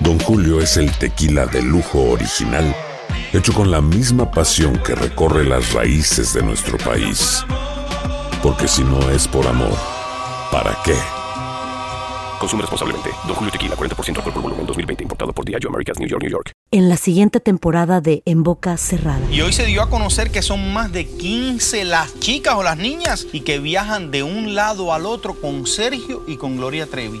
Don Julio es el tequila de lujo original, hecho con la misma pasión que recorre las raíces de nuestro país. Porque si no es por amor, ¿para qué? Consume responsablemente. Don Julio Tequila, 40% alcohol por volumen, 2020. Importado por Diageo Americas, New York, New York. En la siguiente temporada de En Boca Cerrada. Y hoy se dio a conocer que son más de 15 las chicas o las niñas y que viajan de un lado al otro con Sergio y con Gloria Trevi.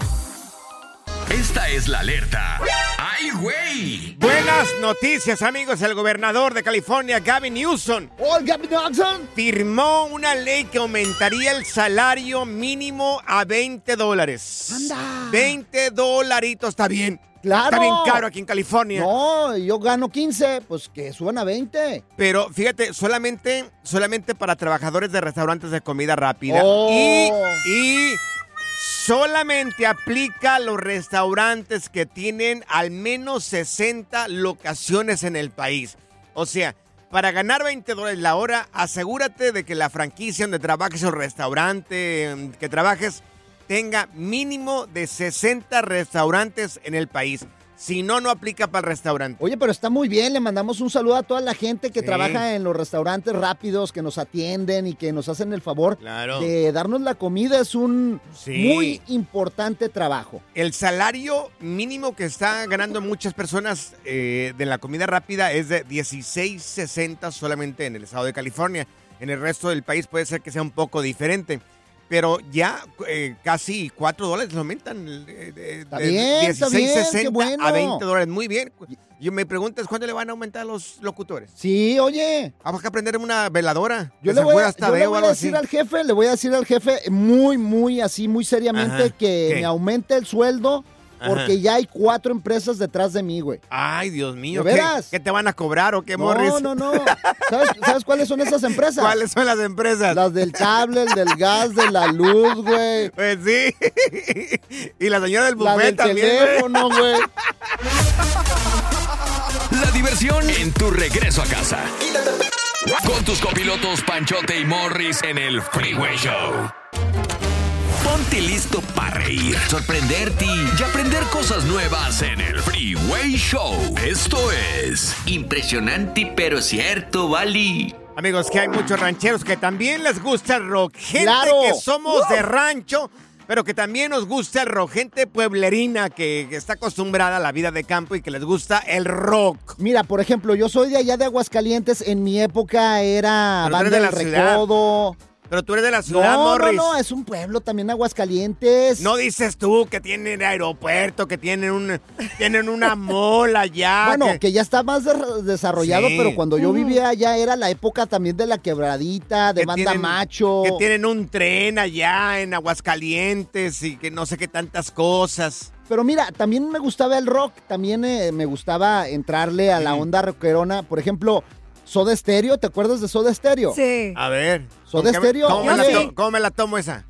Esta es la alerta. ¡Ay, güey! Buenas noticias, amigos. El gobernador de California, Gavin Newsom, Oh, Gavin Newsom. firmó una ley que aumentaría el salario mínimo a 20 dólares. Anda. 20 dolaritos, está bien. Claro. Está bien caro aquí en California. No, yo gano 15, pues que suban a 20. Pero fíjate, solamente, solamente para trabajadores de restaurantes de comida rápida. Oh. Y, y solamente aplica a los restaurantes que tienen al menos 60 locaciones en el país. O sea, para ganar 20 dólares la hora, asegúrate de que la franquicia donde trabajes o restaurante em, que trabajes tenga mínimo de 60 restaurantes en el país. Si no, no aplica para el restaurante. Oye, pero está muy bien. Le mandamos un saludo a toda la gente que Sí. trabaja en los restaurantes rápidos, que nos atienden y que nos hacen el favor Claro. de darnos la comida. Es un Sí. muy importante trabajo. El salario mínimo que está ganando muchas personas eh, de la comida rápida es de 16.60 solamente en el estado de California. En el resto del país puede ser que sea un poco diferente. Pero ya eh, casi 4 dólares lo aumentan. eh, de- Está de bien, está bien, qué 16.60 a bueno. 20 dólares. Muy bien. Yo me preguntas cuándo le van a aumentar a los locutores. Sí, oye. Vamos a aprender una veladora. Yo le que se voy, juega a, hasta yo le Deo o voy a algo decir así. al jefe, le voy a decir al jefe muy, muy así, muy seriamente Ajá, que ¿qué? me aumente el sueldo porque Ajá. ya hay cuatro empresas detrás de mí, güey. Ay, Dios mío. ¿De ¿qué, veras? qué te van a cobrar o qué, Morris? No, no, no. ¿Sabes, sabes cuáles son esas empresas? ¿Cuáles son las empresas? Las del cable, el del gas, de la luz, güey. Pues sí. y la señora del La buffet del también. güey. teléfono, güey. La diversión en tu regreso a casa. Con tus copilotos Panchote y Morris en el Freeway Show. Ponte listo para reír, sorprenderte y aprender cosas nuevas en el Freeway Show. Esto es Impresionante, pero cierto, Bali. Amigos, que hay muchos rancheros que también les gusta el rock. Gente ¡Claro! que somos de rancho, pero que también nos gusta el rock. Gente pueblerina que, que está acostumbrada a la vida de campo y que les gusta el rock. Mira, por ejemplo, yo soy de allá de Aguascalientes. En mi época era Pero tú banda eres de del la ciudad. recodo. Pero tú eres de la No, ciudad, no, Morris. no, es un pueblo también Aguascalientes. No dices tú que tienen aeropuerto, que tienen un tienen una mola ya. Bueno, que ya está más de- desarrollado, Sí. pero cuando yo vivía allá era la época también de la quebradita, de que banda tienen- macho. Que tienen un tren allá en Aguascalientes y que no sé qué tantas cosas. Pero mira, también me gustaba el rock, también eh, me gustaba entrarle a la onda rockerona. Por ejemplo, Soda Stereo, ¿te acuerdas de Soda Stereo? Sí. A ver. Soda ¿con qué me- Stereo, ¿Cómo me, yo la sí. to- cómo me la tomo esa?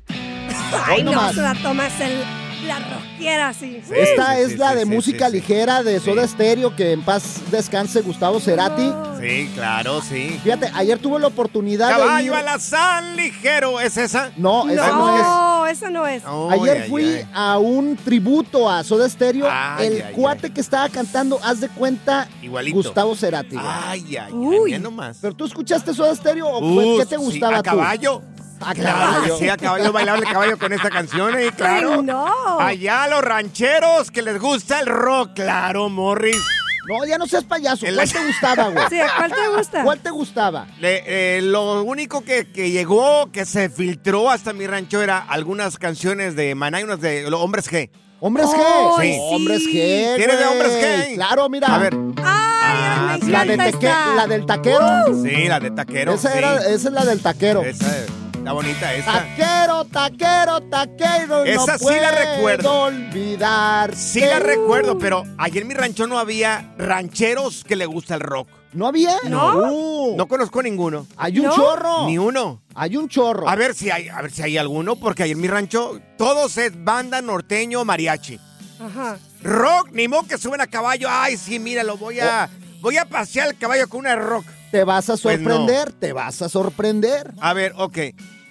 Ay, no, nomás. se la tomas el, la rosquera así. Esta es la sí, de sí, música ligera de Soda Stereo, que en paz descanse Gustavo Cerati. Sí, claro, sí. Fíjate, ayer tuve la oportunidad de ir... Caballo al azar ligero, ¿es esa? No, esa no es. No, esa no es. Ayer fui a un tributo a Soda Stereo. Ay, el ay, cuate que estaba cantando, haz de cuenta, Igualito. Gustavo Cerati. güey. Ay, ay, Uy. ay, nomás. ¿Pero tú escuchaste Soda Stereo o fue- Uh, qué te sí, gustaba a tú? caballo. A Claro, caballo. sí, a caballo, bailaba el caballo con esta canción y claro. Ay, no. Allá los rancheros que les gusta el rock, claro, Morris. No, ya no seas payaso. ¿Cuál te gustaba, güey? Sí, ¿cuál te gusta? ¿Cuál te gustaba? Le- eh, lo único que, que llegó, que se filtró hasta mi rancho era algunas canciones de Maná y unas de los Hombres G. Hombres G. Ay, sí. Hombres G. ¿Tienes de güey. Hombres G? Claro, mira. A ver. Ay, me La, de encanta teque- esta. la del taquero. Sí, la de Taquero. esa, sí. era, esa es la del taquero. Esa es- está bonita esa. Taquero, taquero, taquero. Esa no sí la puedo recuerdo. olvidar. Sí la recuerdo, pero allí en mi rancho no había rancheros que le gusta el rock. ¿No había? Uh, No, no conozco ninguno. Hay un chorro. Ni uno. Hay un chorro. A ver si hay, a ver si hay alguno, porque ahí en mi rancho todos es banda norteño mariachi. Ajá. Rock, ni modo que suben a caballo. Ay, sí, mira, lo voy a. Oh. Voy a pasear el caballo con una rock. Te vas a Pues no. sorprender, te vas a sorprender. A ver, ok.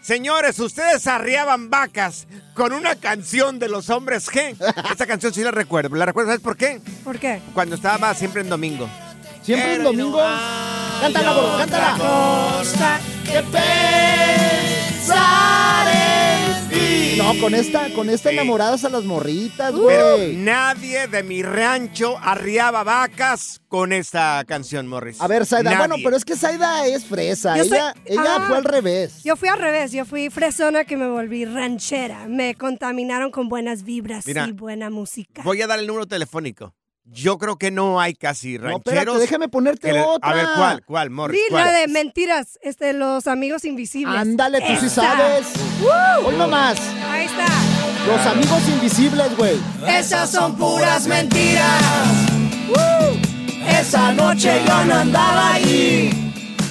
Señores, ustedes arriaban vacas con una canción de los hombres G. Esta canción sí la recuerdo. ¿La recuerdo? ¿Sabes por qué? ¿Por qué? Cuando estaba siempre en domingo. Siempre en domingo. Cántala, bro, cántala. No, con esta, con esta enamoradas a las morritas, Pero güey. nadie de mi rancho arriaba vacas con esta canción, Morris. A ver, Saida. Nadie. Bueno, pero es que Saida es fresa. Yo ella soy- ella Ah. fue al revés. Yo fui al revés, yo fui fresona que me volví ranchera. Me contaminaron con buenas vibras Mira, y buena música. Voy a dar el número telefónico. Yo creo que no hay casi No, rancheros. espérate, déjame ponerte que le- otra. A ver, ¿cuál? ¿Cuál, Morris? Sí, ¿Cuál? la de mentiras, este, los amigos invisibles. Ándale, tú sí Esa. sabes. Hoy nomás. Ahí está. Los amigos invisibles, güey. Esas son puras mentiras. Esa noche yo no andaba ahí.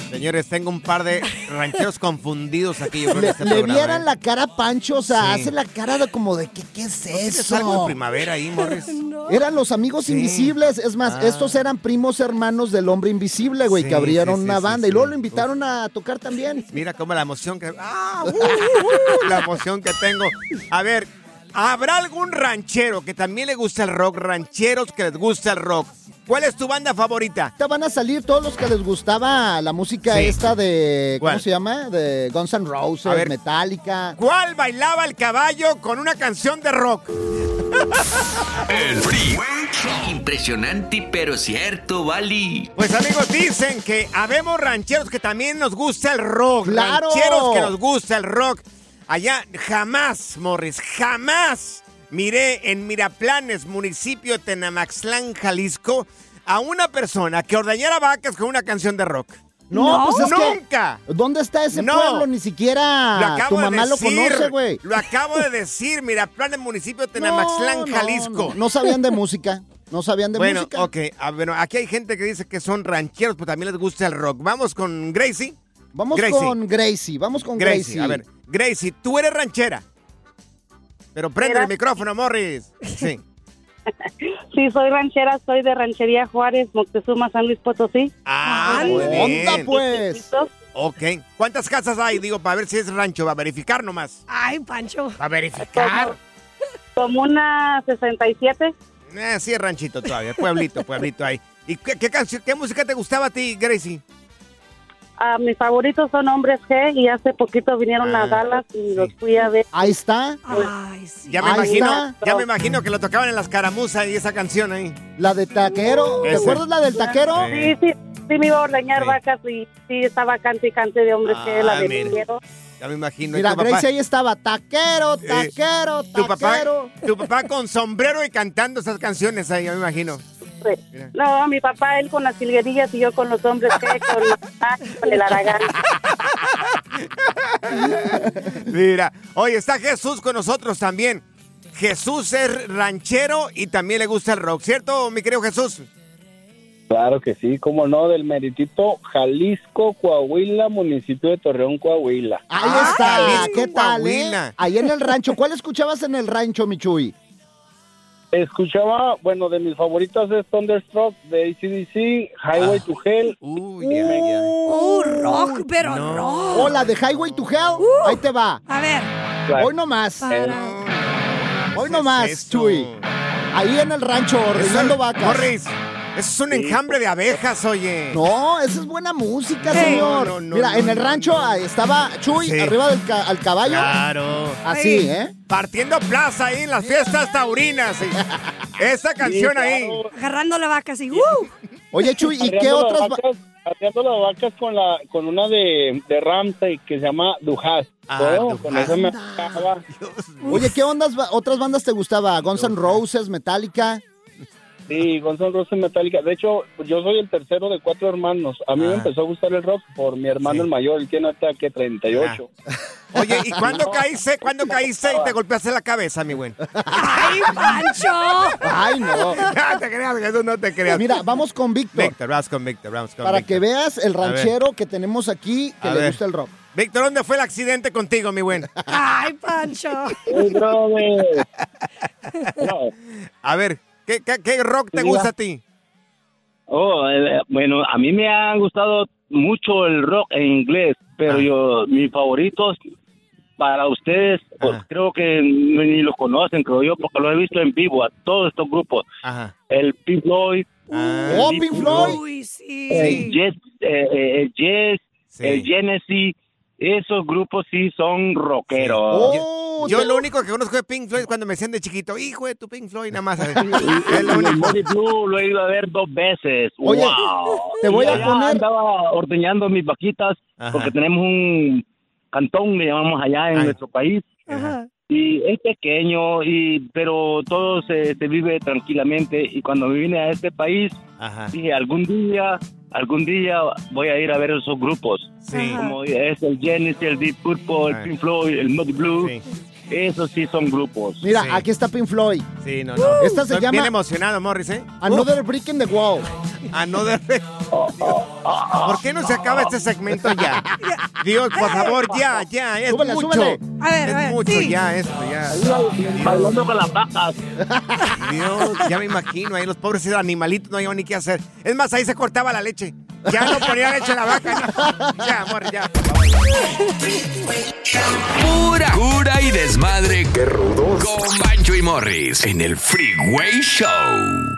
Señores, tengo un par de rancheros confundidos aquí. Yo creo que Le, este le programa, vieran ¿eh? la cara a Pancho, o sea, Sí. hace la cara de como de que, ¿qué es ¿Tienes eso? algo de primavera ahí, Morris? Eran los amigos invisibles, es más, estos eran primos hermanos del hombre invisible, güey, Ah. Sí, que abrieron sí, sí, una sí, banda y sí. luego lo invitaron a tocar también. Mira cómo la emoción que... ¡Ah! uh, uh, la emoción que tengo. A ver, ¿habrá algún ranchero que también le gusta el rock? Rancheros que les gusta el rock. ¿Cuál es tu banda favorita? Ahorita van a salir todos los que les gustaba la música Sí. esta de ¿cómo ¿Cuál? se llama? De Guns N' A Roses, ver. Metallica. ¿Cuál bailaba el caballo con una canción de rock? El Freeway Impresionante pero cierto, Bali. Pues amigos, dicen que habemos rancheros que también nos gusta el rock. ¡Claro! Rancheros que nos gusta el rock. Allá jamás, Morris, jamás miré en Miraplanes, municipio de Tenamaxlán, Jalisco, a una persona que ordeñara vacas con una canción de rock. No, pues es que- nunca. ¿Dónde está ese No. pueblo? Ni Lo siquiera tu acabo mamá de lo decir. conoce, güey. Lo acabo de decir, Miraplanes, municipio de No, Tenamaxlán, no, Jalisco. No, no sabían de música. No sabían de bueno, música. ok. Ah, bueno, aquí hay gente que dice que son rancheros, pero también les gusta el rock. Vamos con Gracie. Vamos Gracie. con Gracie, vamos con Gracie, Gracie. a ver. Gracie, tú eres ranchera. Pero prende el micrófono, Morris. Sí. Sí, soy ranchera, soy de Ranchería Juárez, Moctezuma, San Luis Potosí. Ah, muy bien. onda pues. Ok. ¿Cuántas casas hay? Digo, para ver si es rancho, para verificar nomás. Ay, Pancho. Para verificar. Como una 67. Eh, sí, es ranchito todavía. Pueblito, pueblito ahí. ¿Y qué, qué canción, qué música te gustaba a ti, Gracie? Ah, mis favoritos son Hombres G y hace poquito vinieron Ah, a Dallas y sí. los fui a ver. Ahí está. Ay, sí. Pues, Ya me Ahí imagino, está. ya me imagino que lo tocaban en las caramuzas y esa canción ahí. La de taquero. ¿Te Ese. acuerdas la del taquero? Sí. Sí, sí, sí me iba a ordeñar Sí. vacas y sí estaba cante y cante de Hombres G, la Ah, de mira. Quiero. Ya me imagino. Y Mira, tu papá- Gracie ahí estaba. Taquero, taquero, Tu papá, taquero. tu papá con sombrero y cantando esas canciones ahí, yo me imagino. Mira. No, mi papá, él con las jilguerillas y yo con los Hombres G, con, ah, con el Aragán. Mira, oye, está Jesús con nosotros también. Jesús es ranchero y también le gusta el rock, ¿cierto, mi querido Jesús? Claro que sí, cómo no, del meritito Jalisco, Coahuila, municipio de Torreón, Coahuila. Ahí está, ¿qué tal, eh? Ahí en el rancho. ¿Cuál escuchabas en el rancho, Michuy? Escuchaba, bueno, de mis favoritas es Thunderstruck de ACDC, Highway Ah. to Hell. Uy, Uh, rock, pero rock. Uh, O la de Highway to Hell. Ahí te va. A ver. Hoy nomás. Hoy nomás, Chuy. Ahí en el rancho, ordeñando vacas. Morris, eso es un enjambre de abejas, oye. No, esa es buena música, Sí. señor. No, no, no, Mira, no, en el no, rancho ah, estaba Chuy Sí. arriba del ca- al caballo. Claro. Así, ¿eh? Partiendo plaza ahí en las fiestas taurinas. y- Esa canción ahí. Agarrando la vaca así. ¡uh! Oye, Chuy, Arreando las vacas, arreando las vacas con la con una de, de Ramsey que se llama Duhas. Ah, Ah, Todo, Oh, con eso me acaba. Oye, ¿qué ondas, ba- otras bandas te gustaba? Guns N' Roses, Metallica. Sí, Gonzalo Rosa Metallica. De hecho, yo soy el tercero de cuatro hermanos. A mí me Ah. empezó a gustar el rock por mi hermano el mayor, el tiene hasta que Ah. 38. Oye, ¿y cuándo caíste? ¿Cuándo caíste y te golpeaste la cabeza, mi buen? ¡Ay, Pancho! ¡Ay, no! no te creas, eso no te creas. Mira, vamos con Víctor. Víctor, vas con Víctor, vamos con Para Víctor. que veas el A ver. ranchero que tenemos aquí que A le ver. gusta el rock. Víctor, ¿dónde fue el accidente contigo, mi buen? ¡Ay, Pancho! A ver, ¿qué, qué, qué rock te gusta a ti? Oh, eh, bueno, a mí me ha gustado mucho el rock en inglés, pero Ah. yo, mis favoritos para ustedes, pues, creo que ni los conocen, creo yo, porque lo he visto en vivo a todos estos grupos. Ajá. Ah. El Pink Floyd. el ¡Oh, Deep Pink Floyd! Uy, sí. El Yes, eh, eh, el Yes, el Genesis, esos grupos sí son rockeros. Oh. Oh, Yo- yo lo único que conozco de Pink Floyd es cuando me decían de chiquito, hijo de tu Pink Floyd, nada más. Es lo único. Moody Blue lo he ido a ver dos veces. Oye, wow. te voy a Ya poner- Andaba ordeñando mis vaquitas porque tenemos un cantón, le llamamos allá en nuestro país. Y es pequeño, y pero todo se, se vive tranquilamente. Y cuando me vine a este país, dije, algún día, algún día voy a ir a ver esos grupos. Como es el Genesis, el Deep Purple, el Pink Floyd, el Moody Blue. Esos sí son grupos. Mira, aquí está Pink Floyd. Sí, no, no. Esta se Estoy llama bien emocionado, Morris, ¿eh? Another Brick in the Wall. Another Brick. ¿Por qué no se acaba este segmento ya? Dios, por favor, ya, ya, es Súbele, mucho. súbele. A ver, es a ver, mucho sí. ya esto, ya. Bailando con las vacas. Dios, ya me imagino, ahí los pobres animalitos no llevan ni qué hacer. Es más, ahí se cortaba la leche. Ya no ponía leche en la vaca. ¿no? Ya, Morris, ya. Pura cura y desmadre. Qué rudos. Con Bancho y Morris en el Freeway Show.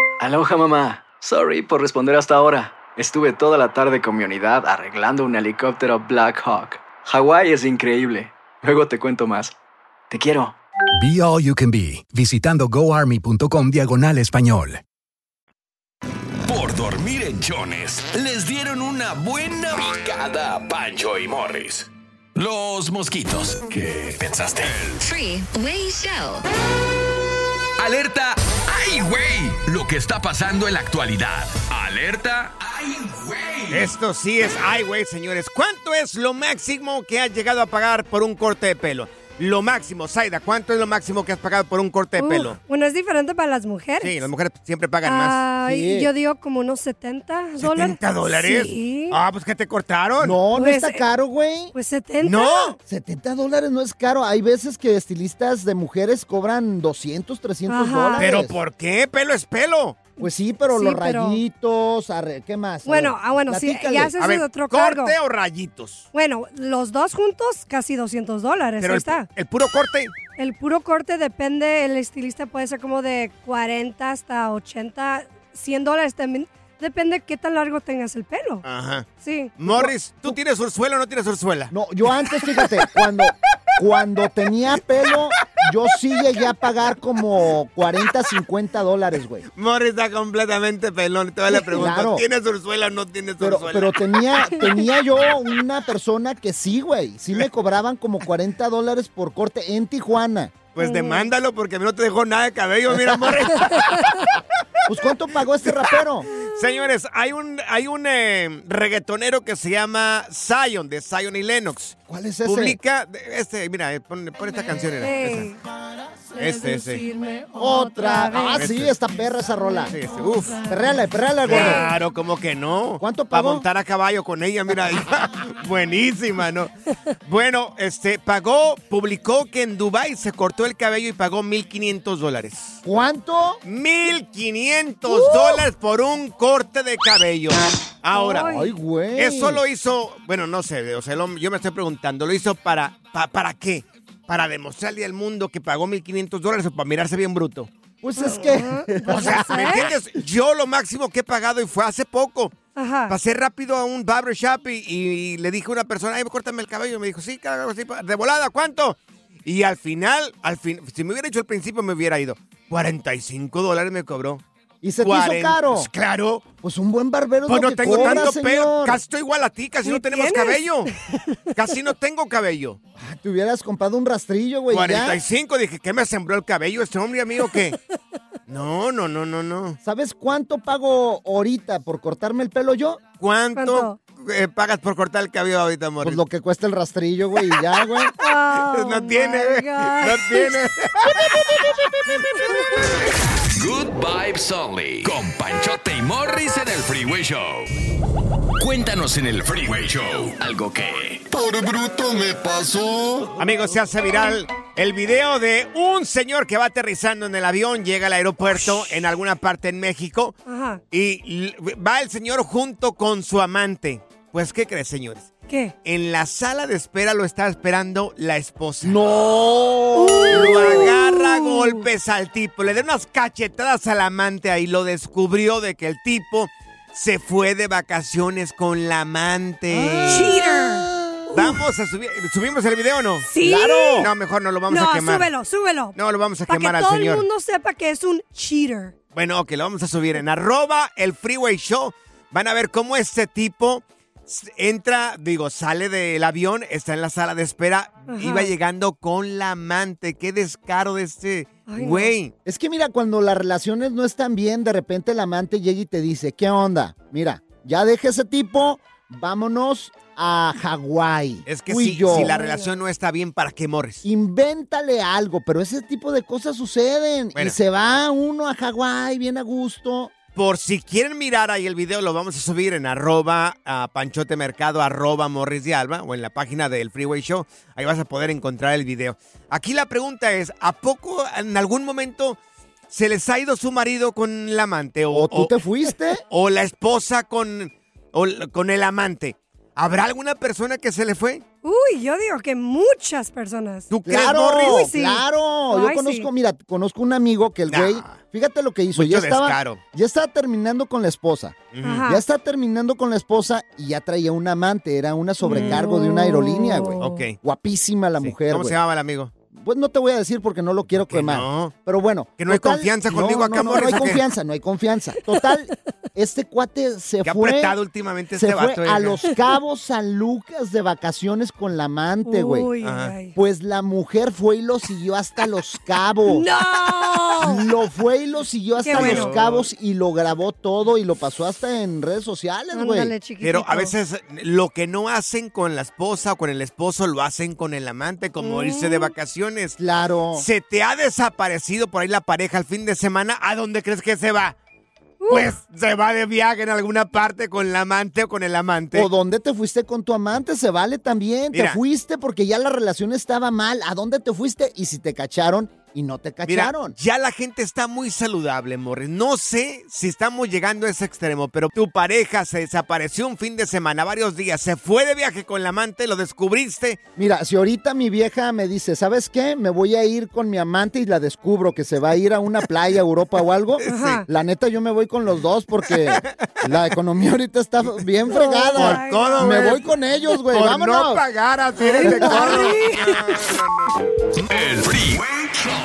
Aloha mamá. Sorry por responder hasta ahora. Estuve toda la tarde con mi unidad arreglando un helicóptero Black Hawk. Hawái es increíble. Luego te cuento más. Te quiero. Be All You Can Be, visitando goarmy.com diagonal español. Por dormir en chones, les dieron una buena picada a Pancho y Morris. Los mosquitos. ¿Qué pensaste? Freeway Show. Alerta. ¡Ay, güey! Lo que está pasando en la actualidad. Alerta. Esto sí es ay, güey, señores. ¿Cuánto es lo máximo que has llegado a pagar por un corte de pelo? Lo máximo, Zaida, ¿cuánto es lo máximo que has pagado por un corte de Uf, pelo? Bueno, es diferente para las mujeres. Sí, las mujeres siempre pagan más. Ay, yo digo como unos 70 dólares. ¿70 dólares? Sí. Ah, pues que te cortaron. No, no Pues, está caro, güey. Pues 70. No. 70 dólares no es caro. Hay veces que estilistas de mujeres cobran 200, 300 dólares. ¿Pero por qué? Pelo es pelo. Pues sí, pero Sí, los pero- rayitos, arre- ¿qué más? A Bueno, ver, ah, bueno, sí, platícale. ya ese es otro cargo. o rayitos? Bueno, los dos juntos, casi 200 dólares, Pero ahí el- está. el puro corte. El puro corte depende, el estilista puede ser como de 40 hasta 80, 100 dólares también. Depende qué tan largo tengas el pelo. Ajá. Sí. Morris, ¿tú tienes urzuela o no tienes urzuela? No, yo antes, fíjate, cuando, cuando tenía pelo, yo sí llegué a pagar como 40, 50 dólares, güey. Morris está completamente pelón. Te vale la pregunta, claro. ¿tienes urzuela o no tienes Pero, urzuela? pero tenía, tenía yo una persona que sí, güey. Sí me cobraban como 40 dólares por corte en Tijuana. Pues Mm. demándalo porque no te dejó nada de cabello, mira, Morris. Pues ¿cuánto pagó este rapero? Señores, hay un, hay un eh, reggaetonero que se llama Zion, de Zion y Lennox. ¿Cuál es ese? Publica, este, mira, eh, pon, pon esta canción. era, esa. Este, ese. Otra. vez. Ah, sí, esta perra esa rola. Sí, sí, uf. Perreala, perreala, güey. Claro, ¿cómo que no? ¿Cuánto pagó? Para montar a caballo con ella, mira. Buenísima, ¿no? Bueno, este, pagó, publicó que en Dubai se cortó el cabello y pagó 1.500 dólares. ¿Cuánto? ¡Uh! 1.500 dólares por un corte de cabello. Ahora, Ay, güey. eso lo hizo, bueno, no sé, o sea, lo- yo me estoy preguntando, ¿lo hizo para, pa- para qué? ¿Para demostrarle al mundo que pagó 1.500 dólares o para mirarse bien bruto? Pues es que. ¿eh? O sea, ¿eh? ¿me entiendes? Yo lo máximo que he pagado y fue hace poco. Pasé rápido a un barbershop y, y le dije a una persona, ay, córtame el cabello. Y me dijo, sí, claro, sí, pa- de volada, ¿cuánto? Y al final, al fin, si me hubiera hecho al principio, me hubiera ido. 45 dólares me cobró. ¿Y se te hizo caro? pues, Claro. Pues un buen barbero. es Pues lo no que tengo cobra, tanto pelo. señor. Casi estoy igual a ti, casi Ni no tenemos tienes. Ah, cabello. Casi no tengo cabello. Te hubieras comprado un rastrillo, güey. ya. 45, dije, ¿qué me sembró el cabello este hombre, amigo? ¿Qué? No, no, no, no, no. ¿Sabes cuánto pago ahorita por cortarme el pelo yo? ¿Cuánto, eh, pagas por cortar el cabello ahorita, Morris? Pues lo que cuesta el rastrillo, güey, y ya, güey. Oh no tiene, güey. No tiene. Good vibes only. Con Panchote y Morris en el Freeway Show. Cuéntanos en el Freeway Show algo que. Por bruto me pasó. Amigos, se hace viral el video de un señor que va aterrizando en el avión, llega al aeropuerto en alguna parte en México Ajá. y l- va el señor junto con su amante. Pues, ¿qué crees, señores? ¿Qué? En la sala de espera lo está esperando la esposa. ¡No! Uh. Lo agarra a golpes al tipo, le da unas cachetadas al amante ahí, lo descubrió de que el tipo se fue de vacaciones con la amante. Vamos a subir. ¿Subimos el video o no? Sí. ¡Claro! No, mejor no lo vamos no, a quemar. súbelo, súbelo. No, lo vamos a Para que quemar al todo señor. el mundo sepa que es un cheater. Bueno, ok, lo vamos a subir en arroba el freeway show. Van a ver cómo este tipo s- entra, digo, sale del avión, está en la sala de espera, Ajá. iba llegando con la amante. Qué descaro de este güey. Es que mira, cuando las relaciones no están bien, de repente el amante llega y te dice, ¿qué onda? Mira, ya deje ese tipo, vámonos a Hawái. Es que Tú y si, yo. si la relación no está bien, ¿para qué morres? Invéntale algo, pero ese tipo de cosas suceden. Bueno. Y se va uno a Hawái bien a gusto. Por si quieren mirar ahí el video, lo vamos a subir en arroba a Panchote Mercado, arroba Morris de Alba, o en la página del Freeway Show. Ahí vas a poder encontrar el video. Aquí la pregunta es, ¿a poco en algún momento se les ha ido su marido con la amante? ¿O, tú te fuiste? ¿O la esposa con, o l- con el amante? ¿Habrá alguna persona que se le fue? Uy, yo digo que muchas personas. ¿Tú crees, Claro, Morris? Uy, sí. claro. Yo Ay, conozco, sí. mira, conozco un amigo que el güey, fíjate lo que hizo. Ya Mucho estaba, descaro. ya estaba terminando con la esposa. Ujú. Ajá. Ya está terminando con la esposa y ya traía un amante. Era una sobrecargo de una aerolínea, güey. Ok. Guapísima la mujer, ¿Cómo güey. se llamaba el amigo? Pues no te voy a decir porque no lo quiero quemar. Pero bueno. Que no hay confianza conmigo no, acá, no, no, no Morris, hay ¿o qué? confianza, no hay confianza. Total, este cuate se Qué fue. apretado últimamente se este fue vato, eh. a Los Cabos San Lucas de vacaciones con la amante, güey. Uy, Ajá. ay. Pues la mujer fue y lo siguió hasta Los Cabos. ¡No! Lo fue y lo siguió hasta bueno. Los Cabos y lo grabó todo y lo pasó hasta en redes sociales, güey. Pero a veces lo que no hacen con la esposa o con el esposo lo hacen con el amante, como irse de vacaciones. Claro. Se te ha desaparecido por ahí la pareja el fin de semana. ¿A dónde crees que se va? Pues se va de viaje en alguna parte con la amante o con el amante. ¿O dónde te fuiste con tu amante? Se vale también. Mira. Te fuiste porque ya la relación estaba mal. ¿A dónde te fuiste? Y si te cacharon, y no te Mira, cacharon. ya la gente está muy saludable, Morris. No sé si estamos llegando a ese extremo, pero tu pareja se desapareció un fin de semana, varios días, se fue de viaje con la amante, lo descubriste. Mira, si ahorita mi vieja me dice, ¿sabes qué? Me voy a ir con mi amante y la descubro que se va a ir a una playa, Europa o algo. La neta, yo me voy con los dos porque la economía ahorita está bien fregada. Por todo, me güey. voy con ellos, güey. Por Vámonos. no pagar así eres de corro. El Freeway Show.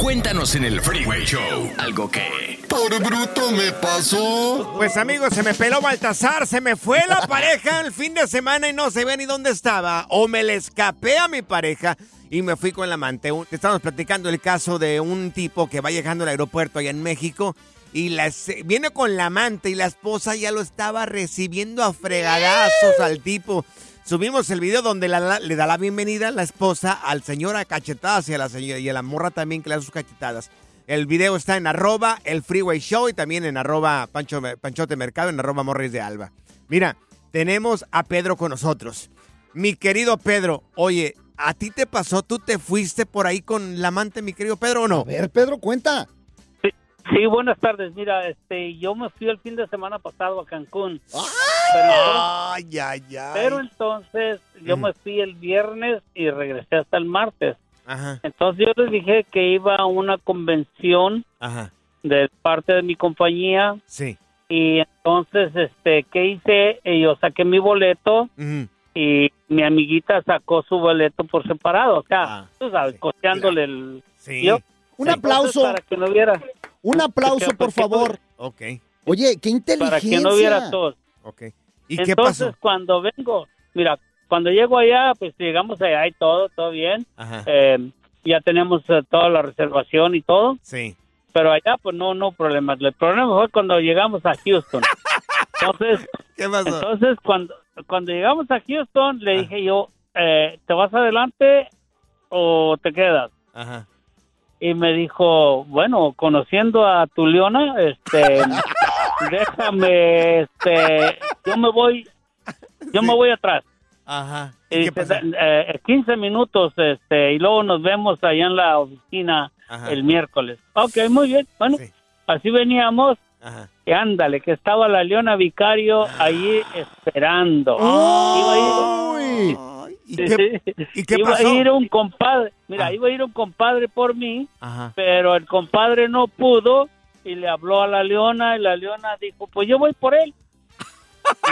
Cuéntanos en el Freeway Show algo que. Por bruto me pasó. Pues amigos, se me peló Baltasar, se me fue la pareja el fin de semana y no se ve ni dónde estaba. O me le escapé a mi pareja y me fui con la amante. Un- Estábamos platicando el caso de un tipo que va llegando al aeropuerto allá en México y la es- viene con la amante y la esposa ya lo estaba recibiendo a fregadazos al tipo. Subimos el video donde la- la- le da la bienvenida la esposa al señor a cachetadas y a la señora y a la morra también que le da sus cachetadas. El video está en arroba el freeway show y también en arroba Pancho, panchote mercado, en arroba morris de alba. Mira, tenemos a Pedro con nosotros. Mi querido Pedro, oye, ¿a ti te pasó? ¿Tú te fuiste por ahí con la amante, mi querido Pedro, o no? A ver, Pedro, cuenta. Sí, buenas tardes. Mira, este, yo me fui el fin de semana pasado a Cancún. Ay, ay, ay. Pero entonces yo me fui el viernes y regresé hasta el martes. Ajá. Entonces yo les dije que iba a una convención Ajá. de parte de mi compañía Sí. y entonces, este, ¿qué hice? Eh, Yo saqué mi boleto Ujú. y mi amiguita sacó su boleto por separado. O sea, Ah, tú sabes, costeándole el... yo. Un Entonces, aplauso. Para que no hubiera... Un aplauso, por favor. Ok. Oye, qué inteligencia. para que no hubiera tos. Ok. Entonces, cuando vengo, mira, cuando llego allá, pues llegamos allá y todo, todo bien. Ajá. Eh, ya tenemos eh, toda la reservación y todo. Sí. Pero allá, pues no, no problemas. El problema fue cuando llegamos a Houston. Entonces, Entonces, cuando, cuando llegamos a Houston, le Ah. dije yo, eh, ¿te vas adelante o te quedas? Ajá. Y me dijo, bueno, conociendo a tu leona, este, déjame, este, yo me voy, yo me voy atrás. Ajá. Y dice, "Eh, 15 minutos, este, y luego nos vemos allá en la oficina Ajá. el miércoles. Ok, muy bien, bueno, así veníamos. Ajá. Y ándale, que estaba la Leona Vicario allí esperando. Iba a ir, ¿Y qué iba pasó? a ir un compadre, mira, iba a ir un compadre por mí, Ajá. pero el compadre no pudo y le habló a la Leona y la Leona dijo, pues yo voy por él.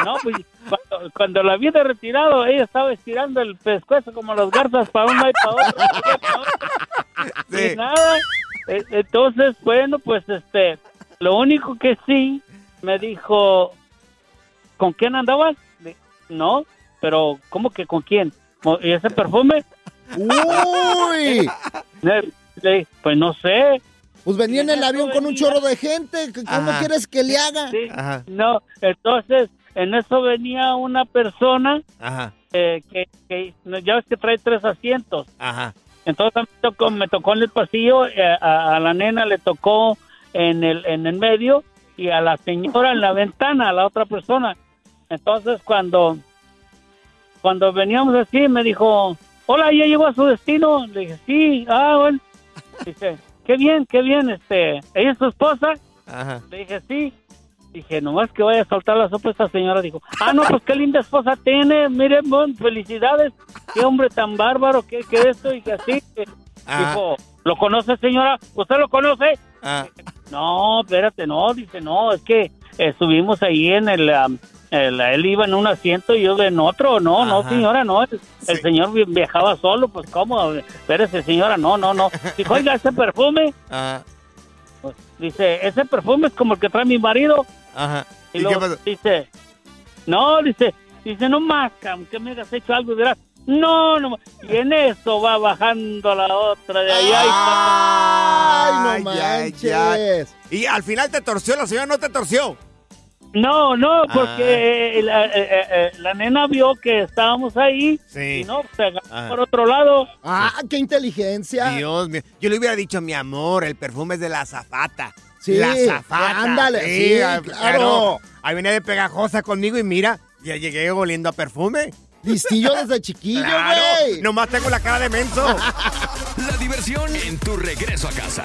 No, pues cuando, cuando la vi de retirado, ella estaba estirando el pescuezo como las garzas para un lado y para otro. Y nada. E- Entonces, bueno, pues este, lo único que sí me dijo, ¿con quién andabas? Le- No, pero ¿cómo que con quién? Mo- ¿Y ese perfume? ¡Uy! Le- le- pues no sé. Pues venía en el avión con un chorro de gente. ¿Cómo Ajá. quieres que le haga? Sí. No, entonces, en eso venía una persona Ajá. eh, que, que- no, ya ves que trae tres asientos. Ajá. Entonces me tocó, me tocó en el pasillo, eh, a, a la nena le tocó en el, en el medio y a la señora en la ventana, a la otra persona. Entonces cuando, cuando veníamos así, me dijo, hola, ya llegó a su destino. Le dije, sí, ah, bueno. Dice, qué bien, qué bien, este, ¿ella es su esposa? Ajá. Le dije, sí. Dije, nomás que vaya a soltar la sopa esta señora. Dijo, ah, no, pues qué linda esposa tiene. Miren, bon, felicidades. Qué hombre tan bárbaro, qué, qué esto y que así. Dijo, ¿lo conoce, señora? ¿Usted lo conoce? No, espérate, no. Dice, no, es que eh, subimos ahí en el, am, el- Él iba en un asiento y yo en otro. No, no, señora, no. El, el señor vi- viajaba solo, pues cómo. Espérese, señora, no, no, no. Dijo, oiga, ese perfume. Dice, ese perfume es como el que trae mi marido. Ajá. Y, luego dice, no, dice, dice, no más, cam, que me hayas hecho algo, dirás, no, no, más". y en eso va bajando la otra de allá. Ay, ay, ay. Y al final te torció, la señora no te torció. Ah. No, no, porque eh, la, eh, eh, eh, la nena vio que estábamos ahí Sí. y no, se agarró Ah. por otro lado. Ah, qué inteligencia. Dios mío. Yo le hubiera dicho, mi amor, el perfume es de la azafata. Sí, La azafata. ándale, sí, ah, claro. Ahí venía de pegajosa conmigo y mira, ya llegué oliendo a perfume. Listillo desde chiquillo, claro, Nomás tengo la cara de menso. La diversión en tu regreso a casa.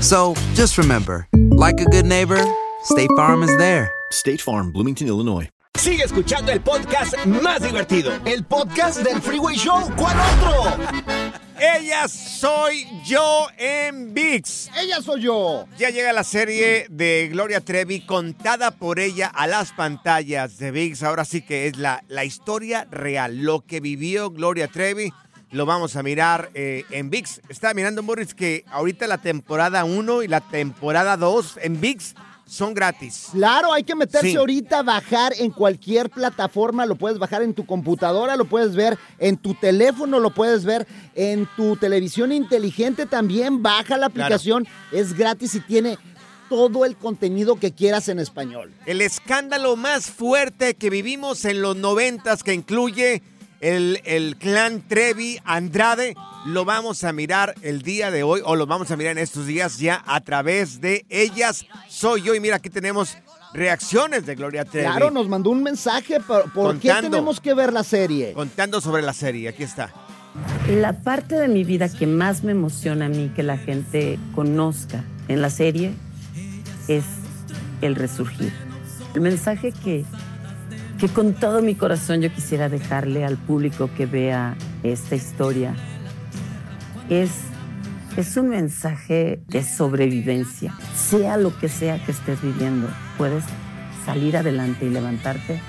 So just remember, like a good neighbor, State Farm is there. State Farm, Bloomington, Illinois. Sigue escuchando el podcast más divertido. El podcast del Freeway Show. ¿Cuál otro? Ella soy yo en VIX. Ella soy yo. Ya llega la serie de Gloria Trevi contada por ella a las pantallas de VIX. Ahora sí que es la, la historia real, lo que vivió Gloria Trevi. Lo vamos a mirar eh, en VIX. Estaba mirando, Morris, que ahorita la temporada 1 y la temporada 2 en VIX son gratis. Claro, hay que meterse Sí. ahorita, bajar en cualquier plataforma, lo puedes bajar en tu computadora, lo puedes ver en tu teléfono, lo puedes ver en tu televisión inteligente también, baja la Claro. aplicación, es gratis y tiene todo el contenido que quieras en español. El escándalo más fuerte que vivimos en los noventas que incluye el, el clan Trevi Andrade, lo vamos a mirar el día de hoy o lo vamos a mirar en estos días ya a través de ellas. Soy yo y mira, aquí tenemos reacciones de Gloria Trevi. Claro, nos mandó un mensaje, ¿por, por qué Contando. tenemos que ver la serie? Contando sobre la serie, aquí está. La parte de mi vida que más me emociona a mí que la gente conozca en la serie es el resurgir. El mensaje que, que con todo mi corazón yo quisiera dejarle al público que vea esta historia es, es un mensaje de sobrevivencia. Sea lo que sea que estés viviendo, puedes salir adelante y levantarte.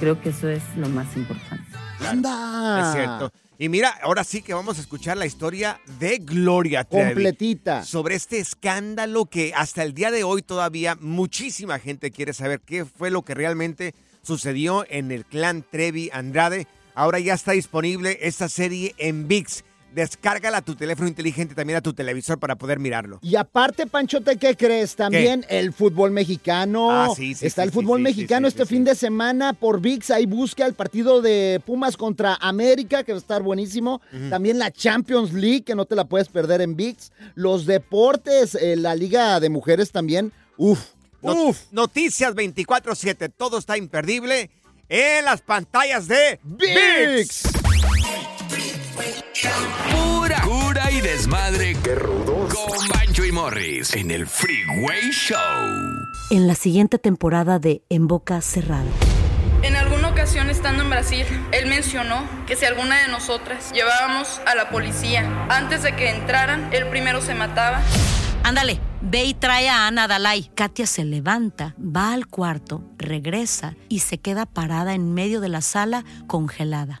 Creo que eso es lo más importante. Es cierto. Y mira, ahora sí que vamos a escuchar la historia de Gloria Trevi. Completita. Sobre este escándalo que hasta el día de hoy todavía muchísima gente quiere saber qué fue lo que realmente sucedió en el clan Trevi Andrade. Ahora ya está disponible esta serie en VIX. Descárgala a tu teléfono inteligente, también a tu televisor para poder mirarlo. Y aparte, Panchote, ¿qué crees? También el fútbol mexicano. Ah, sí, sí, Está sí, el sí, fútbol sí, mexicano este fin de semana por VIX. Ahí busca el partido de Pumas contra América, que va a estar buenísimo. Ujú. También la Champions League, que no te la puedes perder en VIX. Los deportes, eh, la Liga de Mujeres también. Uf. No- Noticias 24-7, todo está imperdible en las pantallas de VIX. Pura cura y desmadre. Qué rudos. Con Pancho y Morris en el Freeway Show. En la siguiente temporada de En Boca Cerrada. En alguna ocasión estando en Brasil, él mencionó que si alguna de nosotras llevábamos a la policía antes de que entraran, él primero se mataba. Ándale, ve y trae a Ana Dalai. Katia se levanta, va al cuarto, regresa y se queda parada en medio de la sala congelada.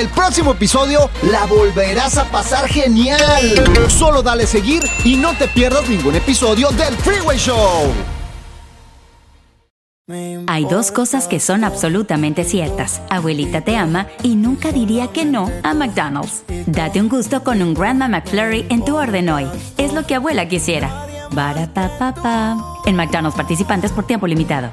el próximo episodio la volverás a pasar genial. Solo dale seguir y no te pierdas ningún episodio del Freeway Show. Hay dos cosas que son absolutamente ciertas. Abuelita te ama y nunca diría que no a McDonald's. Date un gusto con un Grandma McFlurry en tu orden hoy. Es lo que abuela quisiera. Barapapapa. En McDonald's participantes por tiempo limitado.